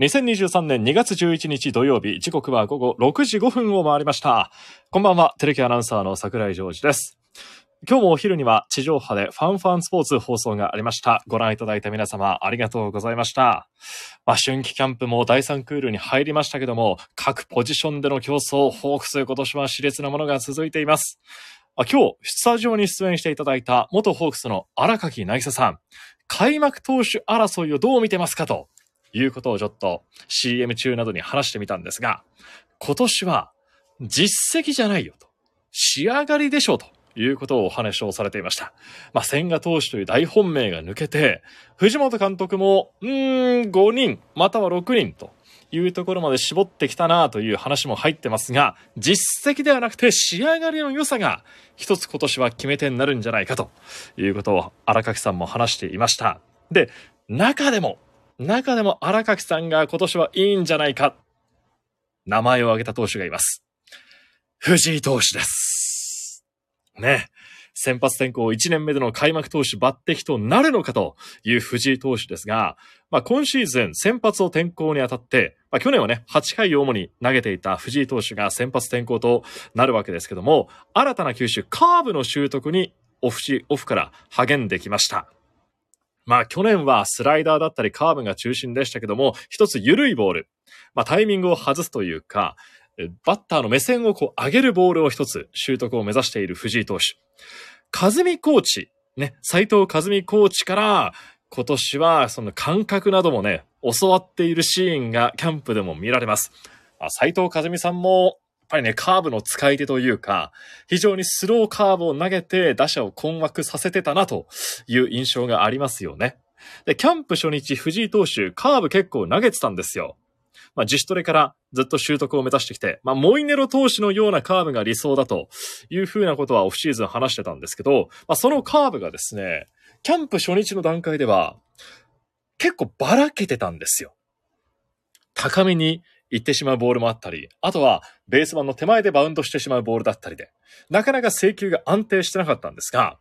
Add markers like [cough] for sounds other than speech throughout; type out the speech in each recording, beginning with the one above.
2023年2月11日土曜日、時刻は午後6時5分を回りました。こんばんは、テレキアナウンサーの桜井ジョージです。今日もお昼には地上波でファンファンスポーツ放送がありました。ご覧いただいた皆様ありがとうございました。まあ、春季キャンプも第3クールに入りましたけども、各ポジションでの競争、ホークス今年は熾烈なものが続いています。あ今日、スタジオに出演していただいた元ホークスの荒垣渚さん、開幕投手争いをどう見てますかということをちょっと CM 中などに話してみたんですが、今年は実績じゃないよと、仕上がりでしょうということをお話をされていました。まあ、千賀投手という大本命が抜けて、藤本監督も、うーん、5人、または6人というところまで絞ってきたなという話も入ってますが、実績ではなくて仕上がりの良さが一つ今年は決め手になるんじゃないかということを荒垣さんも話していました。で、中でも、中でも荒垣さんが今年はいいんじゃないか。名前を挙げた投手がいます。藤井投手です。ね。先発転向1年目での開幕投手抜擢となるのかという藤井投手ですが、まあ、今シーズン先発を転向にあたって、まあ、去年はね、8回を主に投げていた藤井投手が先発転向となるわけですけども、新たな球種カーブの習得にオフし、オフから励んできました。まあ去年はスライダーだったりカーブが中心でしたけども、一つ緩いボール。まあタイミングを外すというか、えバッターの目線をこう上げるボールを一つ習得を目指している藤井投手。和美コーチ、ね、斎藤和美コーチから、今年はその感覚などもね、教わっているシーンがキャンプでも見られます。まあ、斎藤和美さんも、やっぱりね、カーブの使い手というか、非常にスローカーブを投げて打者を困惑させてたなという印象がありますよね。で、キャンプ初日、藤井投手、カーブ結構投げてたんですよ。まあ、自主トレからずっと習得を目指してきて、まあ、モイネロ投手のようなカーブが理想だというふうなことはオフシーズン話してたんですけど、まあ、そのカーブがですね、キャンプ初日の段階では、結構ばらけてたんですよ。高めに行ってしまうボールもあったり、あとはベース板の手前でバウンドしてしまうボールだったりで、なかなか制球が安定してなかったんですが、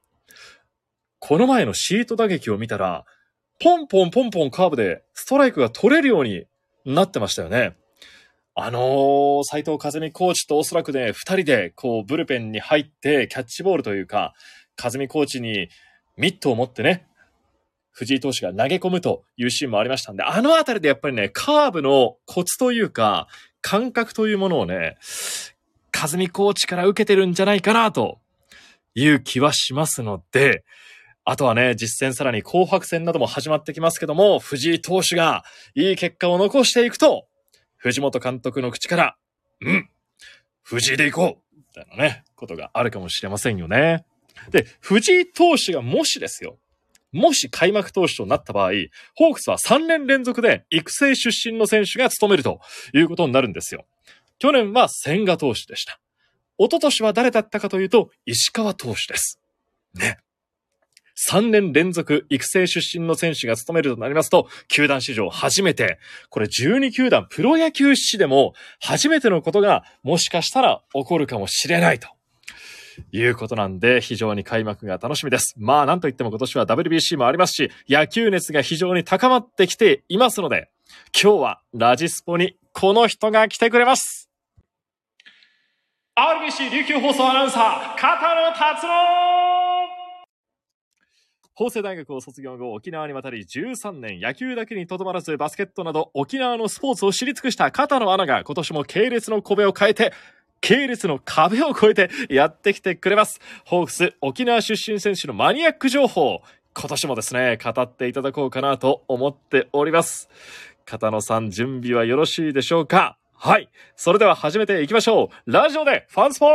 この前のシート打撃を見たら、ポンポンポンポンカーブでストライクが取れるようになってましたよね。あのー、斎藤和美コーチとおそらくね、二人でこうブルペンに入ってキャッチボールというか、和美コーチにミットを持ってね、藤井投手が投げ込むというシーンもありましたんで、あのあたりでやっぱりね、カーブのコツというか、感覚というものをね、和美コーチから受けてるんじゃないかなという気はしますので、あとはね、実戦さらに紅白戦なども始まってきますけども、藤井投手がいい結果を残していくと、藤本監督の口から、うん、藤井で行こうみたいなね、ことがあるかもしれませんよね。で、藤井投手がもしですよ、もし開幕投手となった場合、ホークスは3年連続で育成出身の選手が務めるということになるんですよ。去年は千賀投手でした。一昨年は誰だったかというと、石川投手です。ね。3年連続育成出身の選手が務めるとなりますと、球団史上初めて、これ12球団プロ野球史でも初めてのことがもしかしたら起こるかもしれないと。いうことなんで、非常に開幕が楽しみです。まあ、なんといっても今年は WBC もありますし、野球熱が非常に高まってきていますので、今日はラジスポにこの人が来てくれます。RBC 琉球放送アナウンサー、片野達郎法政大学を卒業後、沖縄に渡り13年、野球だけにとどまらず、バスケットなど沖縄のスポーツを知り尽くした片野アナが今年も系列の壁を変えて、系列の壁を越えてやってきてくれます。ホークス沖縄出身選手のマニアック情報、今年もですね、語っていただこうかなと思っております。片野さん、準備はよろしいでしょうかはい。それでは始めていきましょう。ラジオでファンスポー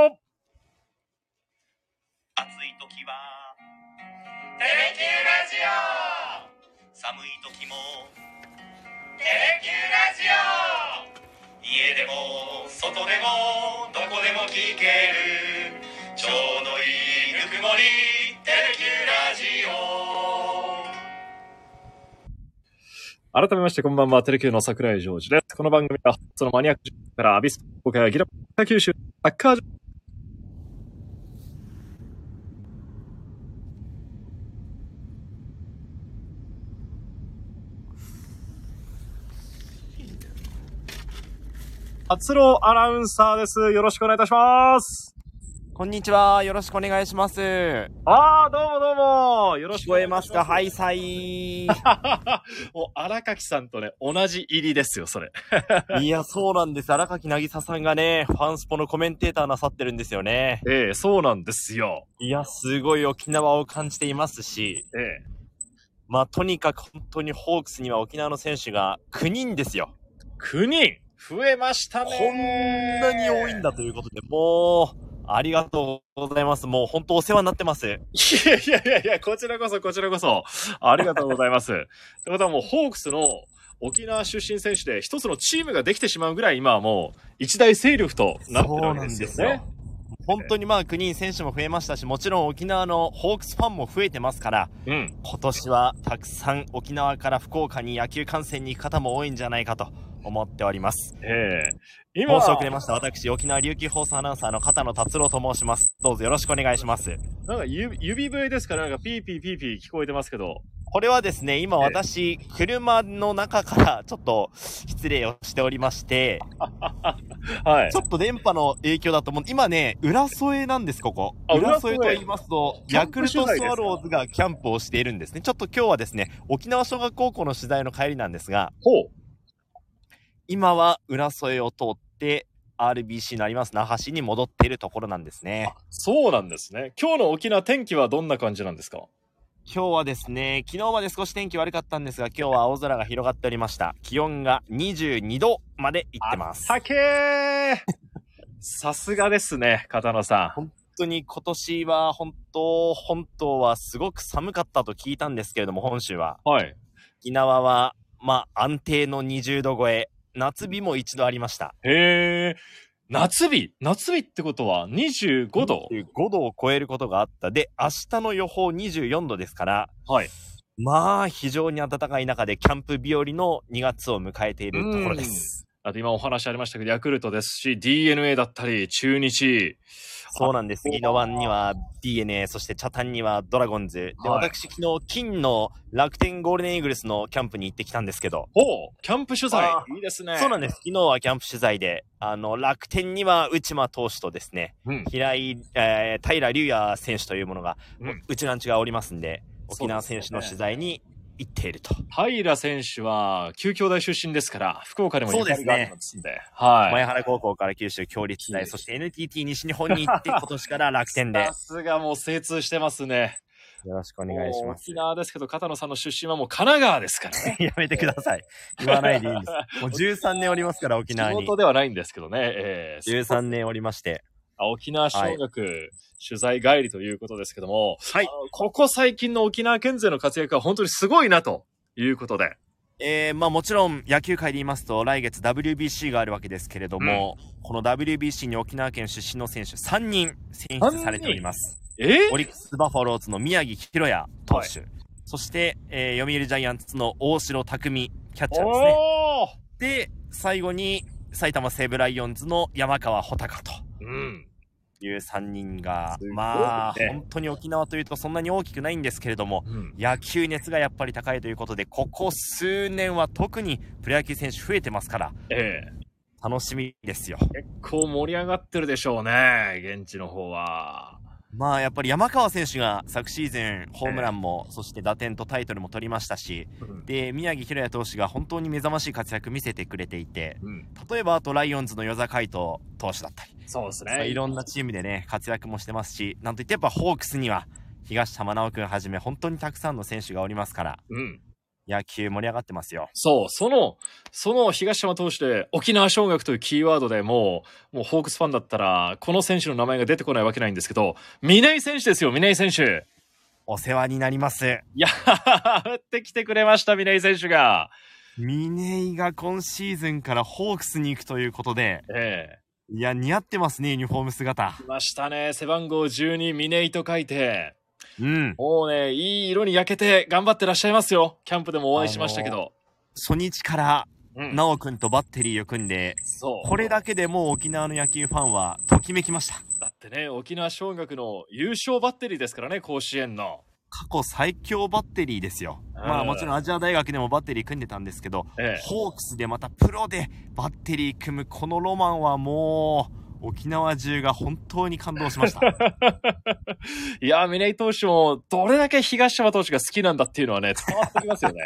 暑い時は「テレキューラジオ」寒い時も「テレキューラジオ」家でも外でもどこでも聞けるちょうどいいぬくもり「テレキューラジオ」改めまして、こんばんは。テレキューの桜井ジョージです。この番組は、そのマニアック情報からアビスポからギラ北九州サッカー場達郎アナウンサーです。よろしくお願いいたします。こんにちは。よろしくお願いします。聞ああ、どうもどうも。よろしくおこ願えいますかはい、さい。もう荒垣さんとね、同じ入りですよ、それ。いや、そうなんです。荒垣渚さんがね、ファンスポのコメンテーターなさってるんですよね。ええそうなんですよ。いや、すごい沖縄を感じていますし、ええまあ、とにかく本当にホークスには沖縄の選手が9人ですよ。 9人増えましたね。こんなに多いんだということで、もう、ありがとうございます。もう本当お世話になってます。いやいやいやいや、こちらこそ、こちらこそ。ありがとうございます。ってことはもう、ホークスの沖縄出身選手で一つのチームができてしまうぐらい、今はもう、一大勢力となってるわけですよね。そうなんです本当にまあ9人選手も増えましたし、もちろん沖縄のホークスファンも増えてますから、うん。今年はたくさん沖縄から福岡に野球観戦に行く方も多いんじゃないかと思っております。ええ今申し遅れました。私、沖縄琉球放送アナウンサーの片野達郎と申します。どうぞよろしくお願いします。なんか指、指笛ですから、なんか、ピーピーピーピー聞こえてますけど。これはですね、今私、車の中からちょっと失礼をしておりまして、はいち。ょっと電波の影響だと思う。今ね、浦添なんです、ここ。あ浦浦添添と言いますと、キャヤンクプル取ト材ですスかワローズがキャンプをしているんですね。ちょっと今日はですね、沖縄小学高校の取材の帰りなんですが、ほう。今は浦添を通って RBC のあります那覇市に戻っているところなんですね。そうなんですね。今日の沖縄天気はどんな感じなんですか今日はですね、昨日まで少し天気悪かったんですが、今日は青空が広がっておりました。気温が22度までいってます。たけーさすがですね、片野さん。本当に今年は本当、本島はすごく寒かったと聞いたんですけれども、本州は。はい。沖縄は、まあ安定の20度超え。夏日も一度ありました。へえ。夏日夏日ってことは25度 ?5 度を超えることがあった。で、明日の予報24度ですから、はい。まあ、非常に暖かい中でキャンプ日和の2月を迎えているところです。あと今お話ありましたけど、ヤクルトですし、DNA だったり、中日。そうなんです。あ宜野湾には DNA、そして北谷にはドラゴンズ。で、はい私昨日、金の楽天ゴールデンイーグルスのキャンプに行ってきたんですけど、ほうキャンプ取材あいいですね。そうなんでです。昨日はキャンプ取材で、あの、楽天には内間投手とですね、うん平井、えー、平龍也選手というものが、ううんちなんちがおりますんで、沖縄そう選です手よねの取材に行っていると。す。平選手は、旧兄弟出身ですから、福岡でもそうですゆねかりがあったんですんで。は前原高校から九州強立大、そして NTT 西日本に行って、今年から楽天い。 [laughs] でさ。すがもう精通してますね。よろしくおお願いしま沖す。縄ですけど、片野さんの出身はもう神奈川ですからね。 [laughs] やめてください。言わないでいいんです。もう13年おりますから、沖地縄に元。ではないんですけどね。えー13年おりまして。あ沖縄小学取材帰りということですけども、はいあのここ最近の沖縄県勢の活躍は本当にすごいなということで。えーまあもちろん野球界で言いますと、来月 WBC があるわけですけれども、この WBC に沖縄県出身の選手3人選出されております。えオリックス・バファローズの宮城弘也投手、そして、えー読売ジャイアンツの大城匠キャッチャーですね。おーで、最後に埼玉西武ライオンズの山川穂高とうん。いう3人が、すごいねまあ、本当に沖縄というとそんなに大きくないんですけれども、野球熱がやっぱり高いということで、ここ数年は特にプロ野球選手増えてますから、ええ楽しみですよ。結構盛り上がってるでしょうね、現地の方は。まあ、やっぱり山川選手が昨シーズン、ホームランも、そして打点とタイトルも取りましたし、うんで、宮城大也投手が本当に目覚ましい活躍見せてくれていて、うん、例えば、あとライオンズの与座海斗投手だったり、そうですまあね。いろんなチームでね、活躍もしてますし、なんといってやっぱホークスには、東浜直君はじめ、本当にたくさんの選手がおりますから、うん。野球盛り上がってますよ。そう、その、その東山投手で沖縄尚学というキーワードでもう、もうホークスファンだったら、この選手の名前が出てこないわけないんですけど、峰井選手ですよ、峰井選手。お世話になります。いや、 [laughs] 打ってきてくれました、峰井選手が。峰井が今シーズンからホークスに行くということで、ええいや、似合ってますね、ユニフォーム姿。来ましたね。背番号12、峰井と書いて。うん。もうね、いい色に焼けて頑張ってらっしゃいますよ。キャンプでもお会いしましたけど。初日から、うん、なおくんとバッテリーを組んで、そう。これだけでもう沖縄の野球ファンは、ときめきました。だってね、沖縄尚学の優勝バッテリーですからね、甲子園の。過去最強バッテリーですよ。うんまあもちろんアジア大学でもバッテリー組んでたんですけど、えホークスでまたプロでバッテリー組むこのロマンはもう沖縄中が本当に感動しました。 [laughs] え、いやー、峰井投手も、どれだけ東山投手が好きなんだっていうのはね、伝わってき [laughs] ますよね。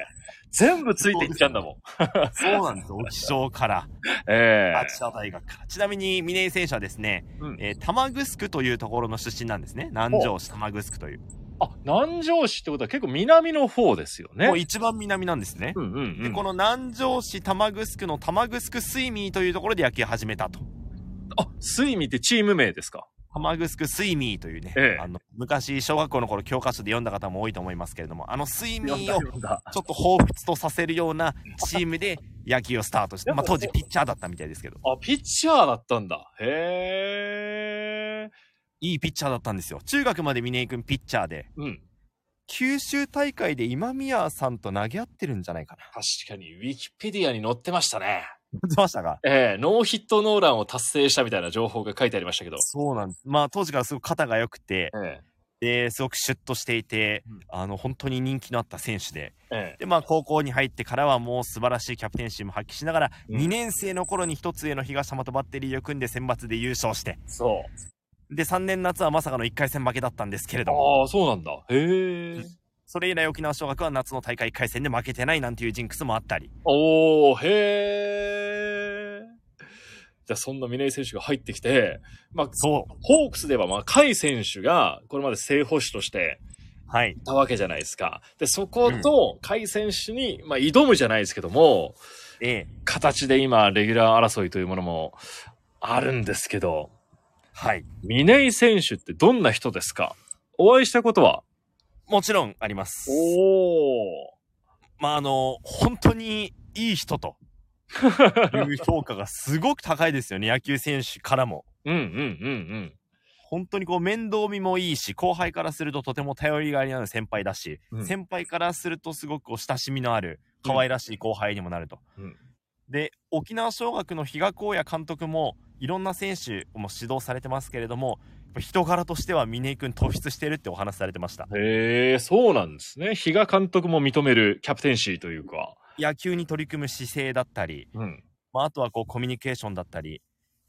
全部ついていっちゃうんだもん。そうなんですよ。沖縄から、えアジア大学から。ちなみに峰井選手はですね、うんえー玉城というところの出身なんですね。南城市玉城という。えあ、南城市ってことは結構南の方ですよね。もう一番南なんですね。うんうんうでん。この南城市玉城の玉城睡眠というところで野球を始めたと。あ、スイミってチーム名ですか玉城睡眠というね、ええあの昔小学校の頃教科書で読んだ方も多いと思いますけれどもあの睡眠を読んだちょっと彷彿とさせるようなチームで野球をスタートして、まあ、当時ピッチャーだったみたいですけどあ、ピッチャーだったんだ。へえ。いいピッチャーだったんですよ中学まで峰井君ピッチャーでうん。九州大会で今宮さんと投げ合ってるんじゃないかな確かに、ウィキペディアに載ってましたね。 [laughs] 出ましたがええノーヒットノーランを達成したみたいな情報が書いてありましたけど。そうなんですまあ当時からすごく肩が良くてえですごくシュッとしていてうんあの本当に人気のあった選手でええでまあ高校に入ってからはもう素晴らしいキャプテンシーも発揮しながら、うん2年生の頃に一つ上の東浜とバッテリーを組んで選抜で優勝してそで3年夏はまさかの1回戦負けだったんですけれう。どもああ、そうなんだ。へえ。それ以来沖縄尚学は夏の大会1回戦で負けてないなんていうジンクスもあったりおー、へえ。じゃあ、そんな峰井選手が入ってきて、まあ、そうホークスでは、まあ、甲斐選手が、これまで正捕手としてはいいたわけじゃないですか。で、そこと、甲斐選手に、まあ、挑むじゃないですけども、ええ形で今、レギュラー争いというものもあるんですけど、はい峰井選手ってどんな人ですかお会いしたことはもちろんありますおまああの本当にいい [laughs] 人という評価がすごく高いですよね野球選手からもうんうんうん本当にこう面倒見もいいし後輩からするととても頼りがいのある先輩だし、うん先輩からするとすごくこう親しみのある可愛らしい後輩にもなると、うんで沖縄尚学の比嘉公也監督もいろんな選手も指導されてますけれどもやっぱ人柄としては峰井君突出してるってお話しされてましたうん。へえ、そうなんですね。比嘉監督も認めるキャプテンシーというか。野球に取り組む姿勢だったり、うん。まあ、あとはこうコミュニケーションだったり、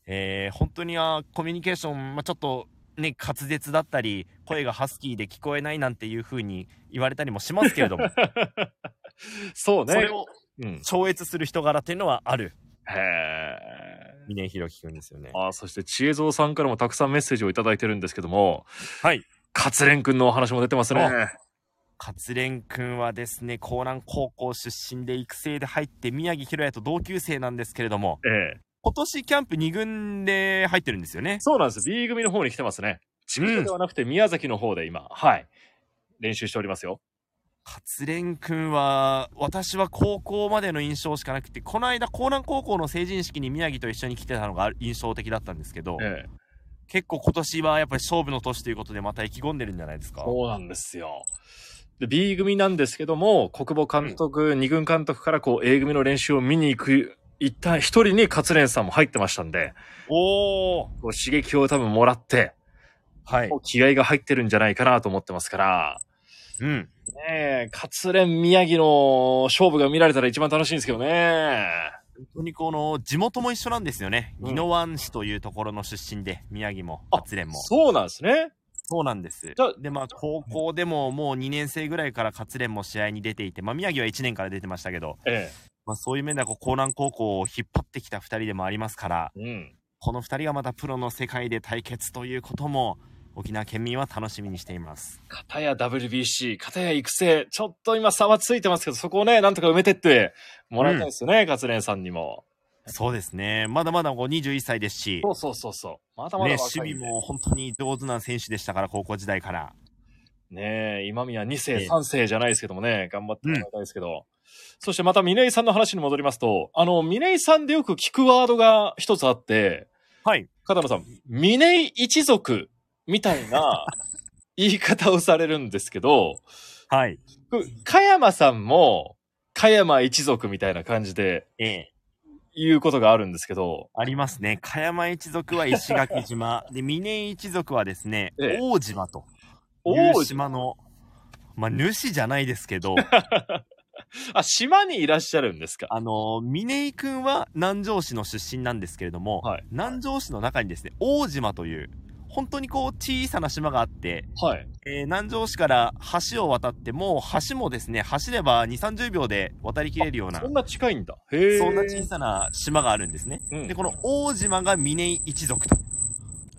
えー本当にあーコミュニケーション、まあ、ちょっとね滑舌だったり声がハスキーで聞こえないなんていうふうに言われたりもしますけれどもそうね。それをうん。超越する人柄っていうのはあるへえ。峰弘樹君ですよね。あーそして、知恵蔵さんからもたくさんメッセージをいただいてるんですけども、はい。勝連くんのお話も出てますね。勝連君はですね江南高校出身で育成で入って宮城大也と同級生なんですけれどもええ。今年キャンプ2軍で入ってるんですよね。そうなんです。B 組の方に来てますね。地元ではなくて宮崎の方で今、はい。練習しておりますよ。勝連君は私は高校までの印象しかなくてこの間江南高校の成人式に宮城と一緒に来てたのが印象的だったんですけどええ。結構今年はやっぱり勝負の年ということでまた意気込んでるんじゃないですかそうなんですよ。で、B 組なんですけども、国母監督、二軍監督からこう A 組の練習を見に行く、一旦一人に勝連さんも入ってましたんで、おおこう刺激を多分もらって、はいこう気合が入ってるんじゃないかなと思ってますから、うんねえ、勝連宮城の勝負が見られたら一番楽しいんですけどね。本当にこの地元も一緒なんですよねうん宜野湾市というところの出身で宮城もあ勝連もそうなんですね。そうなんですじゃあでまあ高校でももう2年生ぐらいから勝連も試合に出ていてまあ宮城は1年から出てましたけどえまあそういう面ではこう江南高校を引っ張ってきた2人でもありますからえ。うん。この2人がまたプロの世界で対決ということも沖縄県民は楽しみにしています片や WBC、片や育成、ちょっと今差はついてますけど、そこをね、なんとか埋めてってもらいたいですよね、勝連さんにも。そうですねまだまだこう21歳ですし、そうそうそうそう。まだまだね、若守い備んで、も本当に上手な選手でしたから高校時代からねえ、今宮2世、ええ3世じゃないですけどもね、頑張ってもらいたいですけど。そしてまた、峰井さんの話に戻りますと、あの、峰井さんでよく聞くワードが一つあって、はい片野さん、峰井一族みたい [laughs] な言い方をされるんですけど、はい加山さんも、加山一族みたいな感じでええ言うことがあるんですけど、ありますね加山一族は石垣 [laughs] 島で峰井一族はですね、ええ大島とい王う子、島のまあ、主じゃないです [laughs] けど、あ、島にいらっしゃるんですかあの、峰井くんは南城市の出身なんですけれども、はい南城市の中にですね、大島という、本当にこう小さな島があって、はい。えー南城市から橋を渡って、もう橋もですね、走れば2、30秒で渡りきれるようなそ、んな近いんだ。へえ。そんな小さな島があるんですね。うんで、この大島が峰井一族と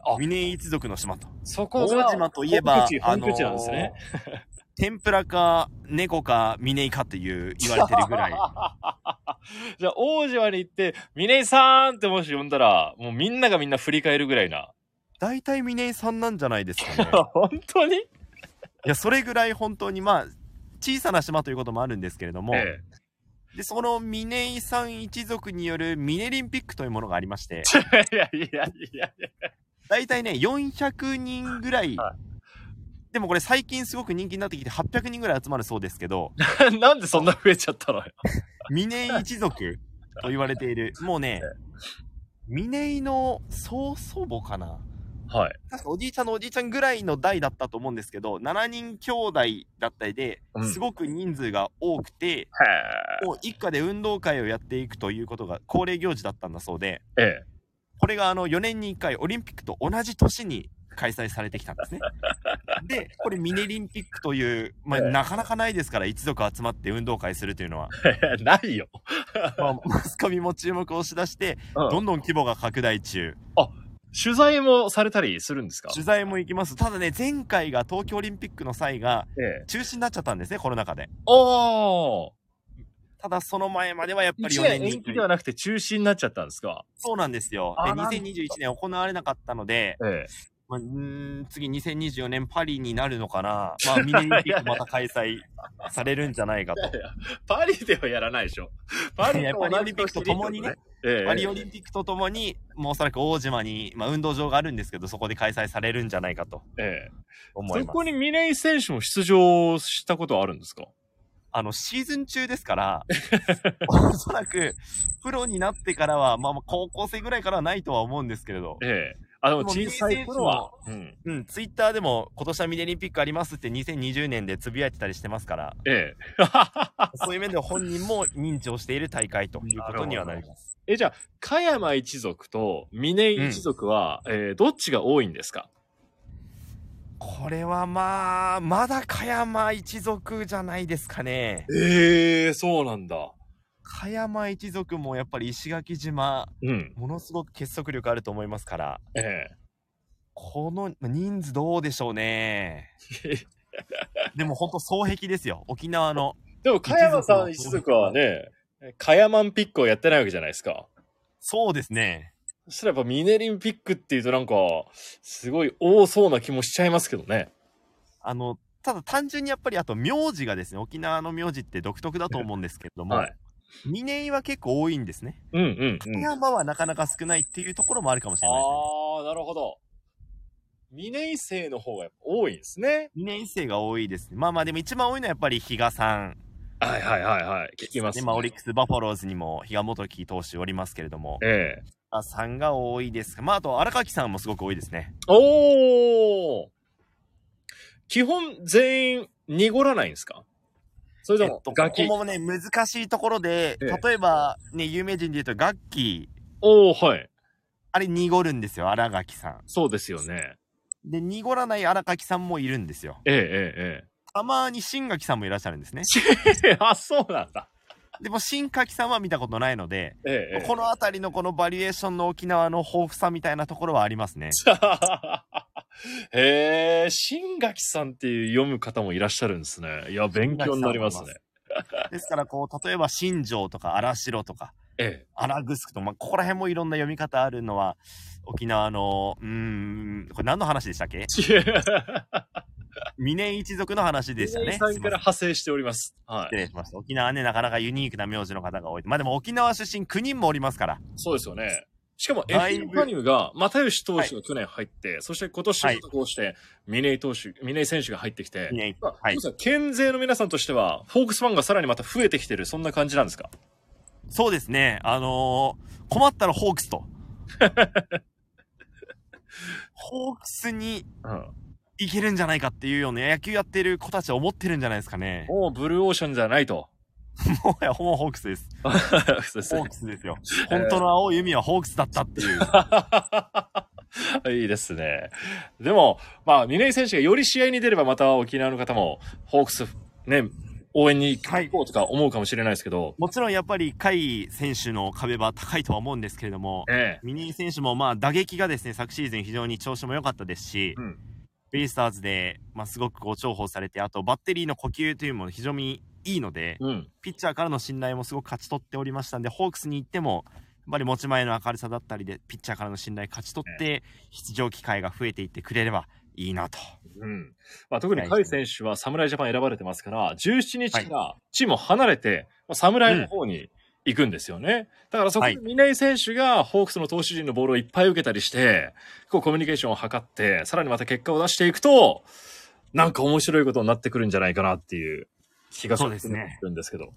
あ。峰井一族の島と。そこ大が島といえば本拠地、あ本の拠地なんですね。 [laughs] ー天ぷらか、猫か、峰井かっていう言われてる [laughs] ぐらい。じゃあ、大島に行って、峰井さんってもし呼んだら、もうみんながみんな振り返るぐらいな。大体峰井さんなんじゃないですか [laughs] ね。本当にいや、それぐらい本当に、まあ、小さな島ということもあるんですけれども、えで、その峰井さん一族によるミネリンピックというものがありまして、え。いやいやいやいや。大体ね、400人ぐらい、はでもこれ最近すごく人気になってきて800人ぐらい集まるそうですけ [laughs] ど、なんでそんな増えちゃったのよ。峰井一族と言われている、も [laughs] うね、峰井の曽祖母かなはい。確かおじいちゃんのおじいちゃんぐらいの代だったと思うんですけど、7人兄弟だったりでうん、すごく人数が多くて、もう一家で運動会をやっていくということが恒例行事だったんだそうで、ええ。これがあの4年に1回オリンピックと同じ年に開催されてきたんですね。 [laughs] で、これミネリンピックという、まあ、ええなかなかないですから、一族集まって運動会するという [laughs] のは、ないよ。まあ、マスコミも注目をしだして、どんどん規模が拡大中。取材もされたりするんですか取材も行きます。ただね、前回が東京オリンピックの際がええ。中止になっちゃったんですね、コロナ禍で。おーただその前まではやっぱり一4年年に延1期回ではなくて中止になっちゃったんですかそうなんですよ。あで、なんだ2021年行われなかったので、えまあ、うーん次2024年パリになるのかな、[laughs] まあ、ミネリンピックまた開催されるんじゃないかと。え。パリではやらないでし [laughs] ょ。パリいやとパリ同オじリンピックと共にね、ええ。パリオリンピックとともに、もうおそらく大島に、まあ、運動場があるんですけど、そこで開催されるんじゃないかとええ。思いそまこす。に峰井選手も出場したことはあるんですかあの、シーズン中で [laughs] すから、おそらく、プロになってからは、まあ、まあ高校生ぐらいからはないとは思うんですけれど、ええ。あ、でもでも小さい頃は。うん。うん、ツイッターでも、今年はミネリンピックありますって2020年でつぶやいてたりしてますから、ええ。 [laughs] そういう面では本人も認知をしている大会ということにはなります。え、じゃあ、加山一族と峰井一族は、ええどっちが多いんですかこれはまあ、まだ加山一族じゃないですかね。ええそうなんだ。加山一族もやっぱり石垣島、うん。ものすごく結束力あると思いますから、ええ。このまあ人数どうでしょう [laughs] ね。でも本当双璧ですよ。沖縄の。でも、加山さん一族はね、加山ンピックをやってないわけじゃないですか。そうですね。そしたらやっぱミネリンピックっていうとなんか、すごい多そうな気もしちゃいますけどね。あの、ただ単純にやっぱりあと名字がですね、沖縄の名字って独特だと思うんですけれども、はいミネイは結構多いんですね。うんうん、うん。加山はなかなか少ないっていうところもあるかもしれないですね。あー、なるほど。ミネイ生の方がやっぱ多いんですね。 2年生が多いですね。まあまあでも一番多いのはやっぱり比嘉さん。はいはいはいはい。聞きます、ね、まあオリックス・バファローズにも比嘉元樹投手おりますけれども、比ええ嘉さんが多いですが、まああと荒垣さんもすごく多いですね。おー基本全員濁らないんですかそれとえっもと、こガキ、こもね、難しいところで、ええ例えばね、有名人で言うと楽器、おー、はい。あれ濁るんですよ、荒垣さん。そうですよね。で、濁らない荒垣さんもいるんですよ。えええたまに新垣さんもいらっしゃるんですね。えええ。 [laughs] あ、そうなんだ。でも新垣さんは見たことないので、ええこの辺りのこのバリエーションの沖縄の豊富さみたいなところはありますね。 [laughs] へえ、新垣さんっていう読む方もいらっしゃるんですね。いや、勉強になりますね。ですからこう例えば新庄とか荒城とかえ荒城とか、まあ、ここら辺もいろんな読み方あるのは沖縄のうーんこれ何の話でしたっけ [laughs] え。峰井一族の話でしたね。さんから派生しております。は失い。礼しました沖縄はねなかなかユニークな名字の方が多いまあでも沖縄出身9人もおりますからそうですよね。しかも、だい f ぶ m 加入が、又吉投手が去年入って、そして今年こうして、峰井投手、峰井選手が入ってきて、峰井まあはいそうですね県勢の皆さんとしては、ホークスファンがさらにまた増えてきてる、そんな感じなんですかそうですねあのー困ったらホーク [laughs] スとホークスにうん。いけるんじゃないかっていうような野球やってる子たちは思ってるんじゃないですかね。もうブルーオーシャンじゃないと。 [laughs] もはやもうホークスです。そうですホねークスですよ。本当の青い海はホークスだったっていう。いいですね。でも、まあ、二年選手がより試合に出れば、また沖縄の方も、ホークス、ね、応援に行こうとか思うかもしれないですけど、もちろんやっぱり甲斐選手の壁は高いとは思うんですけれども、ええミニー選手もまあ打撃がですね昨シーズン非常に調子も良かったですし、うんベイスターズで、まあ、すごくこう重宝されてあとバッテリーの呼吸というのも非常にいいので、うん。ピッチャーからの信頼もすごく勝ち取っておりましたんでホークスに行ってもやっぱり持ち前の明るさだったりでピッチャーからの信頼勝ち取って出場機会が増えていってくれればいいなとうん。まあ、特に甲斐選手は侍ジャパン選ばれてますから、17日からチームを離れて、まあ侍の方に行くんですよね。だからそこはでい峰井選手がホークスの投手陣のボールをいっぱい受けたりして、こうコミュニケーションを図って、さらにまた結果を出していくと、なんか面白いことになってくるんじゃないかなっていう気がすそうですねるんですけど。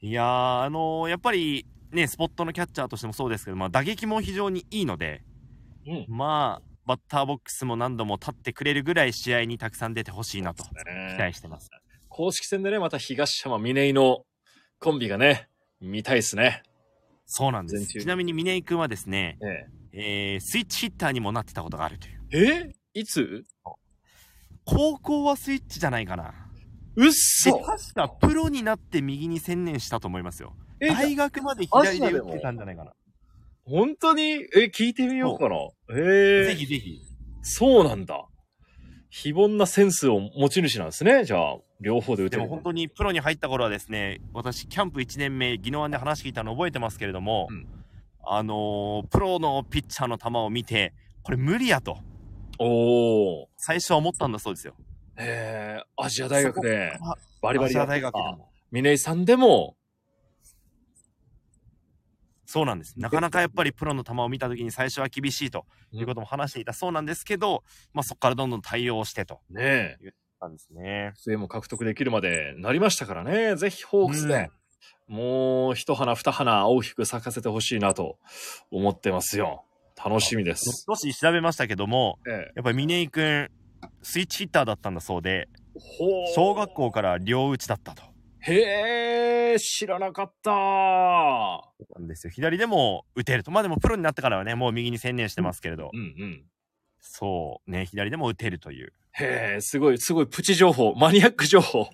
いやーあのーやっぱりねスポットのキャッチャーとしてもそうですけど、まあ、打撃も非常にいいのでうん。まあバッターボックスも何度も立ってくれるぐらい試合にたくさん出てほしいなと期待してます。公式戦でね、また東山峰井のコンビがね、見たいですね。そうなんで全す。中ちなみに峰井君はですね、ええースイッチヒッターにもなってたことがあるという。え。えいつ高校はスイッチじゃないかな。うっでそ確かプロになって右に専念したと思いますよ。え大学まで左で打ってたんじゃないかな。本当にえ、聞いてみようかな。ええぜひぜひ。そうなんだ。非凡なセンスを持ち主なんですね。じゃあ、両方で打てでる。も本当にプロに入った頃はですね、私、キャンプ1年目、宜野湾で話聞いたの覚えてますけれども、うんあのープロのピッチャーの球を見て、これ無理やと、おー。最初は思ったんだそうですよ。えー、アジア大学でそこからバリバアリジやアってた大学でも。峰井さんでも、そうなんです。なかなかやっぱりプロの球を見た時に最初は厳しいということも話していたそうなんですけど、まあそこからどんどん対応してと。ねえ、なんですね。末も獲得できるまでなりましたからね。ぜひホークスで、もう一花二花大きく咲かせてほしいなと思ってますよ。楽しみです。 [laughs] 少し調べましたけども、ええ、やっぱり峰井くん、スイッチヒッターだったんだそうで、ほー小学校から両打ちだったと。へえ、知らなかった。なんですよ左でも打てるとまあでもプロになってからはねもう右に専念してますけれど、うんうん。そうね左でも打てる [laughs] というへえ、すごい、すごいプチ情報、マニアック情 [laughs] 報。多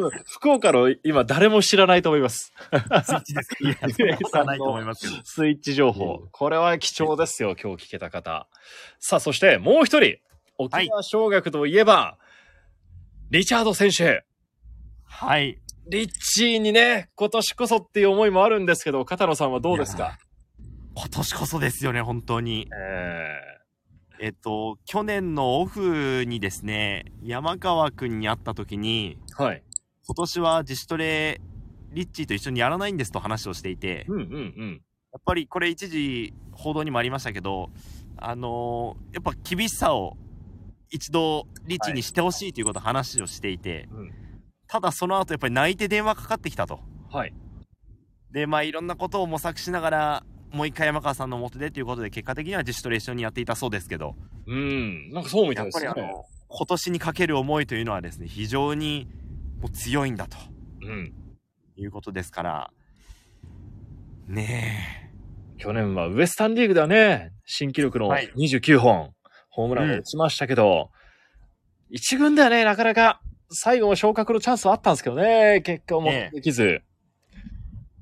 分、福岡の今誰も知らないと思います。スイッチですいやそんなことはないと思いますけどスイッチ情報。これは貴重ですよ、今日聞けた方。さあ、そしてもう一人、沖縄小学といえば、リチャード選手。はいリッチーにね、今年こそっていう思いもあるんですけど、片野さんはどうですか今年こそですよね本当にええっと去年のオフにですね山川君に会った時にえはい。今年は自主トレリッチーと一緒にやらないんですと話をしていて、うんうんうん。やっぱりこれ一時報道にもありましたけど、あのーやっぱ厳しさを一度リッチにしてほしいということを話をしていて、うんただその後やっぱり泣いて電話かかってきたと。はい。で、まあいろんなことを模索しながら、もう一回山川さんの元でということで結果的には自主トレ一緒にやっていたそうですけど、うん。なんかそうみたやいでっぱすりあね。の、今年にかける思いというのはですね、非常にもう強いんだとうん。いうことですから、ね去年はウエスタンリーグではね、新記録のはい29本、ホームランを打ちましたけど、一軍ではね、なかなか最後も昇格のチャンスはあったんですけどね、結果を持ってできず。え、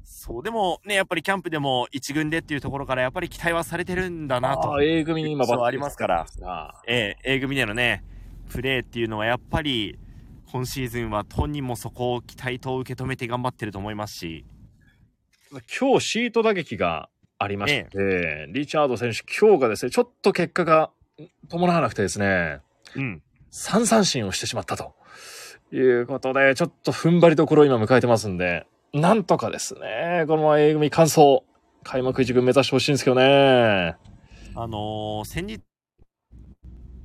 そう、でもね、やっぱりキャンプでも一軍でっていうところからやっぱり期待はされてるんだなとああ、。A 組に今そう抜擢ありますからされてますが。ええ A 組でのね、プレーっていうのはやっぱり、今シーズンは本人もそこを期待と受け止めて頑張ってると思いますし、今日シート打撃がありまして、リチャード選手、今日がですね、ちょっと結果が伴わなくてですね、うん。 3三振をしてしまったということで、ちょっと踏ん張りどころを今迎えてますんで、なんとかですね、このまま A 組完走、開幕一軍目指してほしいんですけどね。あのー先日、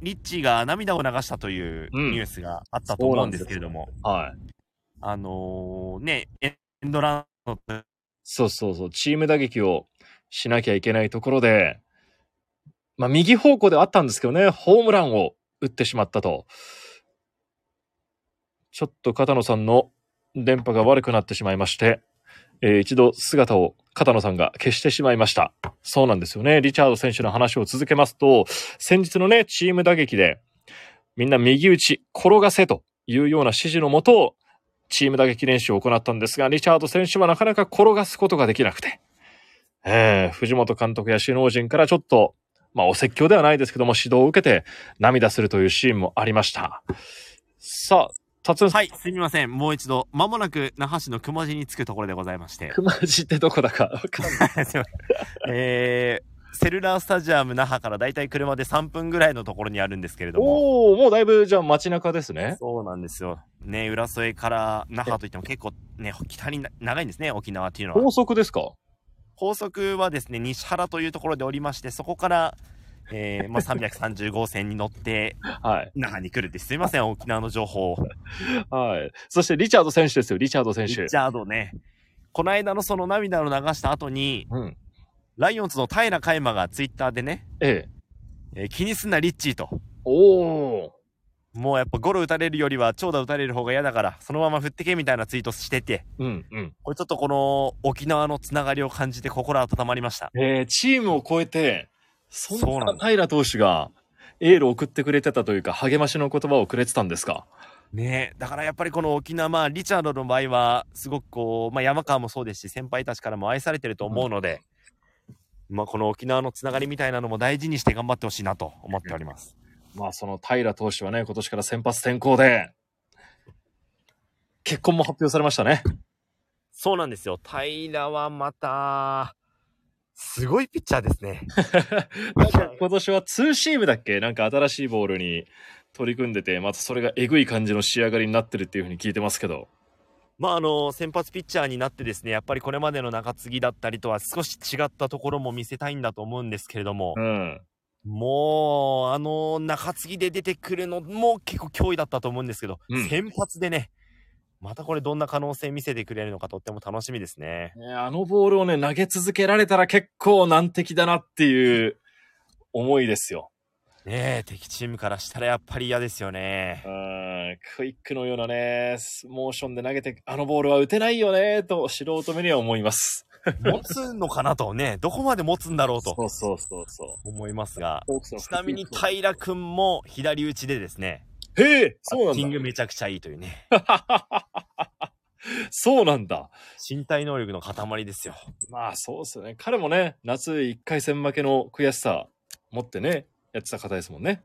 リッチーが涙を流したといううんニュースがあったと思うんですけれども、はい。あのーね、エンドランのそうそうそう、チーム打撃をしなきゃいけないところで、まあ右方向ではあったんですけどね、ホームランを打打ってしまったと。ちょっと片野さんの電波が悪くなってしまいまして、えー一度姿を片野さんが消してしまいました。そうなんですよね。リチャード選手の話を続けますと、先日のね、チーム打撃で、みんな右打ち、転がせというような指示のもと、チーム打撃練習を行ったんですが、リチャード選手はなかなか転がすことができなくて、えー藤本監督や首脳陣からちょっと、まあ、お説教ではないですけども、指導を受けて涙するというシーンもありました。さあ、達也さん、はい、すみません。もう一度、まもなく那覇市の熊地に着くところでございまして。熊地ってどこだかわかんない。すいません [laughs] えーセルラースタジアム那覇からだいたい車で3分ぐらいのところにあるんですけれども。 [laughs] おおもうだいぶじゃあ街中ですね。そうなんですよ。ね、浦添から那覇といっても結構ね、北にな長いんですね、沖縄っていうのは高。速ですか高速はですね、西原というところでおりまして、そこから、えーまあ、330号線に乗ってはい。那覇に来るって、すいません、沖縄の情報を。はい。そしてリチャード選手ですよ、リチャード選リチ手。ャードね、この間のその涙を流した後に、うん。ライオンズの平海馬がツイッターでね、ええ。えー気にすんなリッチーと。おおもうやっぱゴロ打たれるよりは長打打たれる方が嫌だから、そのまま振ってけみたいなツイートしてて、うんうん。これちょっとこの沖縄のつながりを感じて心温まりました。えー、チームを超えて、そそうんななん平投手がエールを送ってくれてたというか、励ましの言葉をくれてたんですかねえ、だからやっぱりこの沖縄、まあリチャードの場合は、すごくこう、まあ山川もそうですし、先輩たちからも愛されてると思うので、まあこの沖縄のつながりみたいなのも大事にして頑張ってほしいなと思っております。まあその平投手はね、今年から先発転向で、結婚も発表されましたね。そうなんですよ。平はまた、すごいピッチャーですね。なんか今年はツーシームだっけなんか新しいボールに取り組んでて、またそれがえぐい感じの仕上がりになってるっていうふうに聞いてますけど。まああの先発ピッチャーになってですねやっぱりこれまでの中継ぎだったりとは少し違ったところも見せたいんだと思うんですけれども、うん。もうあの中継ぎで出てくるのも結構脅威だったと思うんですけど、うん先発でねまたこれどんな可能性見せてくれるのかとっても楽しみですね。ねあのボールをね、投げ続けられたら結構難敵だなっていう思いですよ。ねえ敵チームからしたらやっぱり嫌ですよね [laughs] う。ーん、クイックのようなね、モーションで投げて、あのボールは打てないよね、と素人目には思います。持つのかなとねどこまで持つんだろうとうそうそうそ思いますがう。ちちなみに平君も左打ちでですねへえそうバッティなンんグだ。めちゃくちゃいいというね。そうなんだ。身体能力の塊ですよ。まあそうですよね。彼もね、夏1回戦負けの悔しさ持ってね、やってた方ですもんね。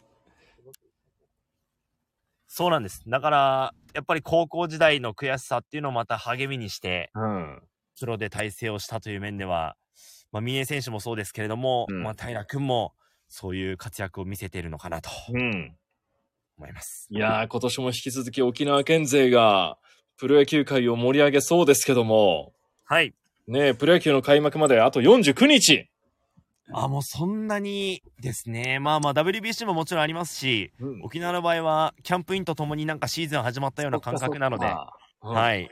そうなんです。だから、やっぱり高校時代の悔しさっていうのをまた励みにして、うん。プロで体制をしたという面では、まあ、三重選手もそうですけれども、うんまあ、平君も、そういう活躍を見せているのかなとうん。思います。いやー、今年も引き続き沖縄県勢がプロ野球界を盛り上げそうですけども、はい。ねえプロ野球の開幕まであと49日。あ、もうそんなにですね。まあまあ WBC ももちろんありますし、うん沖縄の場合は、キャンプインとともになんかシーズン始まったような感覚なので、い。はい。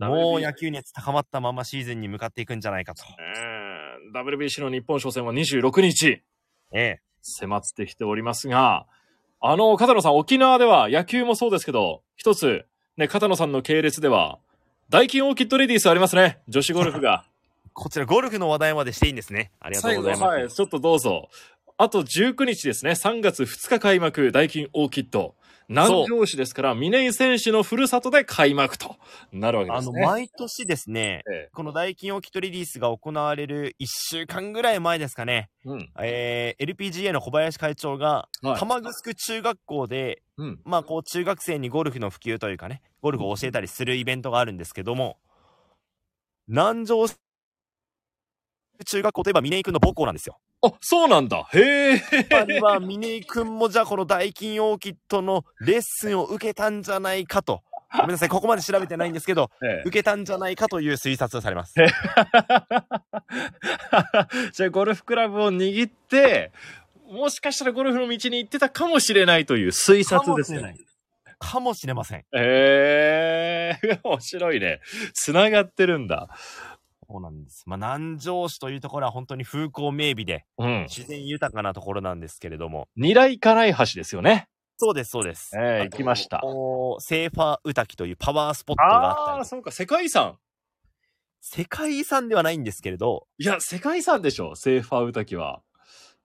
もう野球熱高まったままシーズンに向かっていくんじゃないかと。うん WBC の日本初戦は26日、ええ。迫ってきておりますが、あの、片野さん、沖縄では野球もそうですけど、一つ、ね、片野さんの系列では、ダイキンオーキッドレディースありますね。女子ゴルフ [laughs] が。こちらゴルフの話題までしていいんですね。ありがとうございます。はい、ちょっとどうぞ。あと19日ですね、3月2日開幕、ダイキンオーキッド。南城市ですから、峰井選手のふるさとで開幕となるわけであすの、ね。毎年ですね、ええこの大金オキトリリースが行われる1週間ぐらい前ですかね、うん。えー LPGA の小林会長が、はい玉城中学校で、うん。まあ、こう、中学生にゴルフの普及というかね、ゴルフを教えたりするイベントがあるんですけども、南城中学校といえば峰井くんの母校なんですよ。あ、そうなんだ。へえ。やっぱりは峰井くんもじゃあこの大金オーキッドのレッスンを受けたんじゃないかと。ごめんなさい、ここまで調べてないんですけど、ええ受けたんじゃないかという推察をされます。 [laughs] じゃあゴルフクラブを握って、もしかしたらゴルフの道に行ってたかもしれないという推察ですね。かもしれません。ええ [laughs] 面白いね。繋がってるんだ。そうなんです。まあ、南城市というところは本当に風光明媚で、うん。自然豊かなところなんですけれども、二来辛い橋ですよね。そうです、そうです。ええあ行ときましたおセーファーウタキというパワースポットがあったああ、り、そうか、世界遺産。世界遺産ではないんですけれど、いや、世界遺産でしょ、セーファーウタキは。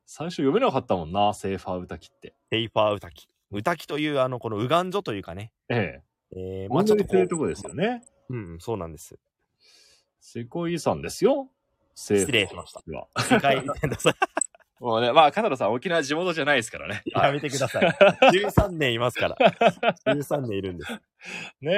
最初読めなかったもんな、セーファーウタキって。セーファーウタキ。ウタキという、あの、このウガンジョというかね、ええ。えー、まあ、ちょっとこうこういうとこですよね。うん、そうなんです。世界遺産ですよ。失失礼しました。は。 [laughs] 世界遺産だ [laughs] さもうね、まあ、片野さん、沖縄地元じゃないですからね。やめてください。13年いますから。13年いるんです。ね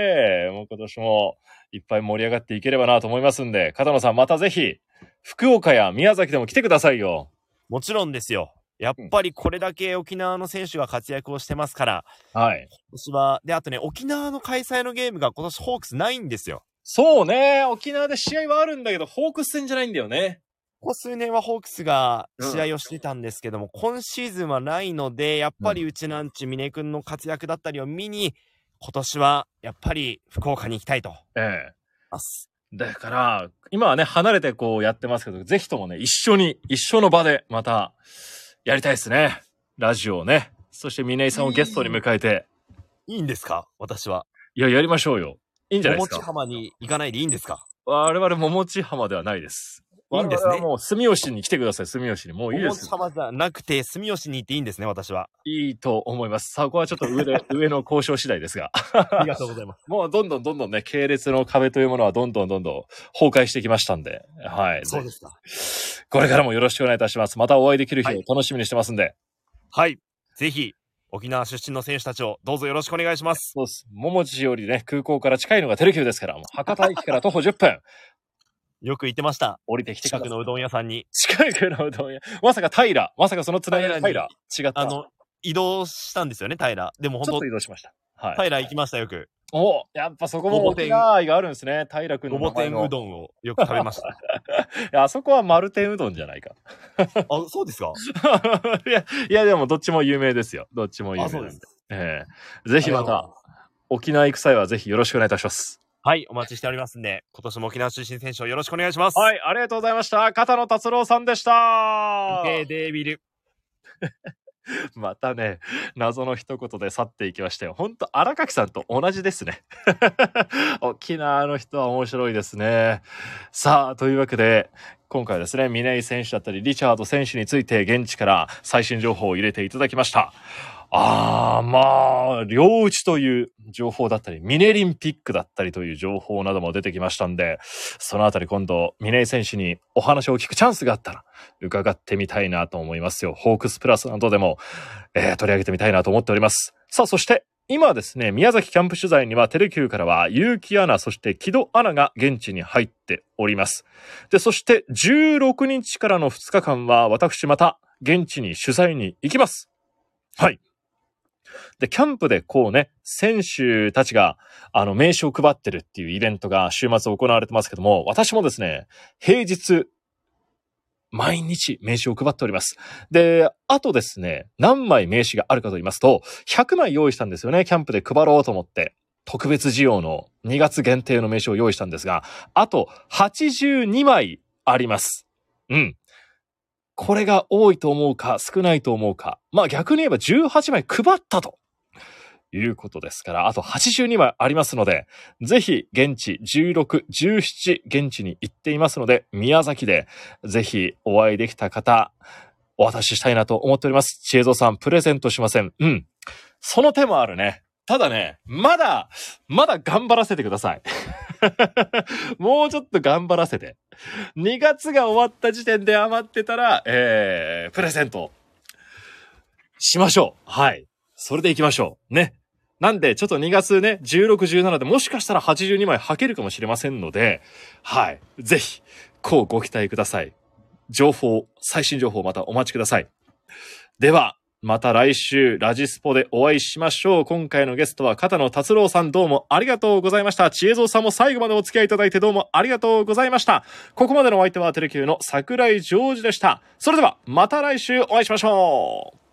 え、もう今年もいっぱい盛り上がっていければなと思いますんで、片野さんまたぜひ、福岡や宮崎でも来てくださいよ。もちろんですよ。やっぱりこれだけ沖縄の選手が活躍をしてますから、はい。今年は、で、あとね、沖縄の開催のゲームが今年ホークスないんですよ。そうね、沖縄で試合はあるんだけど、ホークス戦じゃないんだよね。ここ数年はホークスが試合をしてたんですけども、今シーズンはないので、やっぱりうちなんち峰君の活躍だったりを見に、今年はやっぱり福岡に行きたいと思いええ。ます。だから、今はね、離れてこうやってますけど、ぜひともね、一緒に、一緒の場で、また、やりたいですね。ラジオをね。そして、峰井さんをゲストに迎えて、いいんですか私は。いや、やりましょうよ。いいんじゃないですお餅か。浜に行かないでいいんですか我々、桃地浜ではないです。いいんですね我々はもう、住吉に来てください、住吉に。もおういいです餅。浜じゃなくて住吉に行っていいんですね、私は。いいと思います。そこはちょっと上で、 [laughs] 上の交渉次第ですが。 [laughs] ありがとうございます。 [laughs] もうどんどんどんどんね、系列の壁というものはどんどんどんどん崩壊してきましたんで。はい。そうですか。これからもよろしくお願いいたします。またお会いできる日はを楽しみにしてますんで。はい。ぜひ、沖縄出身の選手たちをどうぞよろしくお願いします。そうです。桃地よりね、空港から近いのがテレキューですから、もう博多駅から徒歩10分、よく行ってました。降りてきてくだ [laughs] 近さくいのうどん屋さんに。近くのうどん屋。まさか平、まさかそのつながりの平、違平った。あの、移動したんですよね、平。でもちょっ本と移動しました。はい。当、平行きました、よく。おやっぱそこもごぼ天沖縄愛があるんですね。平君ごのぼ名前天の。うどんをよく食べま [laughs] した。いやあそこは丸天うどんじゃないか。あ、そ [laughs] うですかいや、いやでもどっちも有名ですよ。どっちも有名なあ、んで。そうですか。ええぜひまあた、沖縄行く際はぜひよろしくお願いいたします。はい、お待ちしておりますんで、今年も沖縄出身選手をよろしくお願いします。。はいい、ありがとうございました。片野達郎さんでした。デビル。 [laughs] またね、謎の一言で去っていきましたよ。ほんと、荒垣さんと同じですね。 [laughs] 沖縄の人は面白いですね。さあ、というわけで、今回はですね、峰井選手だったり、リチャード選手について現地から最新情報を入れていただきました。あー、まあ、両打ちという情報だったり、ミネリンピックだったりという情報なども出てきましたんで、そのあたり今度、ミネイ選手にお話を聞くチャンスがあったら、伺ってみたいなと思いますよ。ホークスプラスなどでも、えー取り上げてみたいなと思っております。さあ、そして、今ですね、宮崎キャンプ取材には、テレキューからは、結城アナ、そして木戸アナが現地に入っております。で、そして、16日からの2日間は、私また、現地に取材に行きます。はい。で、キャンプでこうね、選手たちが、あの、名刺を配ってるっていうイベントが週末行われてますけども、私もですね、平日、毎日名刺を配っております。で、あとですね、何枚名刺があるかと言いますと、100枚用意したんですよね、キャンプで配ろうと思って。特別需要の2月限定の名刺を用意したんですが、あと82枚あります。うん。これが多いと思うか、少ないと思うか。まあ逆に言えば18枚配ったと。いうことですから、あと82枚ありますので、ぜひ現地16、17現地に行っていますので、宮崎でぜひお会いできた方、お渡ししたいなと思っております。知恵蔵さん、プレゼントしません。うん。その手もあるね。ただね、まだ、まだ頑張らせてください。 [laughs] もうちょっと頑張らせて。2月が終わった時点で余ってたら、えー、プレゼントしましょう。はい。それで行きましょう。ね。なんで、ちょっと2月ね、16、17でもしかしたら82枚履けるかもしれませんので、はい。ぜひ、こうご期待ください。情報、最新情報をまたお待ちください。では、また来週、ラジスポでお会いしましょう。今回のゲストは、片野達郎さん、どうもありがとうございました。知恵蔵さんも最後までお付き合いいただいてどうもありがとうございました。ここまでのお相手は、テレキューの桜井ジョージでした。それでは、また来週お会いしましょう。